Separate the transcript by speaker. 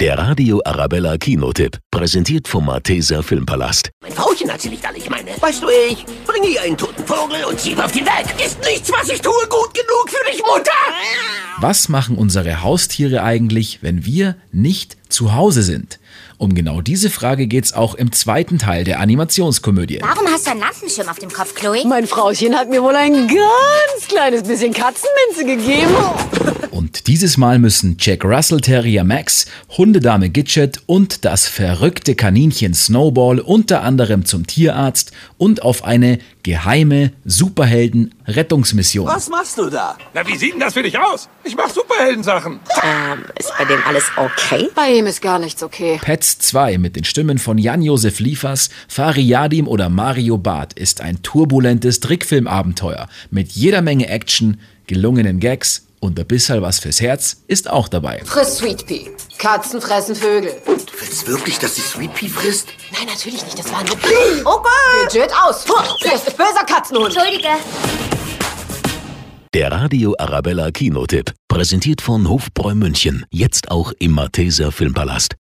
Speaker 1: Der Radio Arabella Kinotipp, präsentiert vom Malteser Filmpalast.
Speaker 2: Mein Frauchen hat sie nicht alle, ich meine. Weißt du, ich bringe ihr einen toten Vogel und sie wirft ihn weg. Ist nichts, was ich tue, gut genug für dich, Mutter?
Speaker 3: Was machen unsere Haustiere eigentlich, wenn wir nicht zu Hause sind? Um genau diese Frage geht's auch im zweiten Teil der Animationskomödie.
Speaker 4: Warum hast du einen Lampenschirm auf dem Kopf, Chloe?
Speaker 5: Mein Frauchen hat mir wohl ein ganz kleines bisschen Katzenminze gegeben.
Speaker 3: Und dieses Mal müssen Jack Russell Terrier Max, Hundedame Gidget und das verrückte Kaninchen Snowball unter anderem zum Tierarzt und auf eine geheime Superhelden-Rettungsmission.
Speaker 6: Was machst du da?
Speaker 7: Na, wie sieht denn das für dich aus? Ich mach Superheldensachen.
Speaker 8: Ähm, ist bei dem alles okay?
Speaker 5: Bei ihm ist gar nichts okay.
Speaker 3: Pets 2 mit den Stimmen von Jan-Josef Liefers, Fariadim oder Mario Barth ist ein turbulentes Trickfilmabenteuer mit jeder Menge Action, gelungenen Gags und ein bisschen was fürs Herz ist auch dabei.
Speaker 5: Friss Sweet Pea. Katzen fressen Vögel.
Speaker 2: Du willst wirklich, dass sie Sweet Pea frisst?
Speaker 5: Nein, natürlich nicht. Das war nur... Oh Gott! Legit aus. Sie ist böser Katzenhund.
Speaker 4: Entschuldige.
Speaker 1: Der Radio Arabella Kinotipp, präsentiert von Hofbräu München, jetzt auch im Malteser Filmpalast.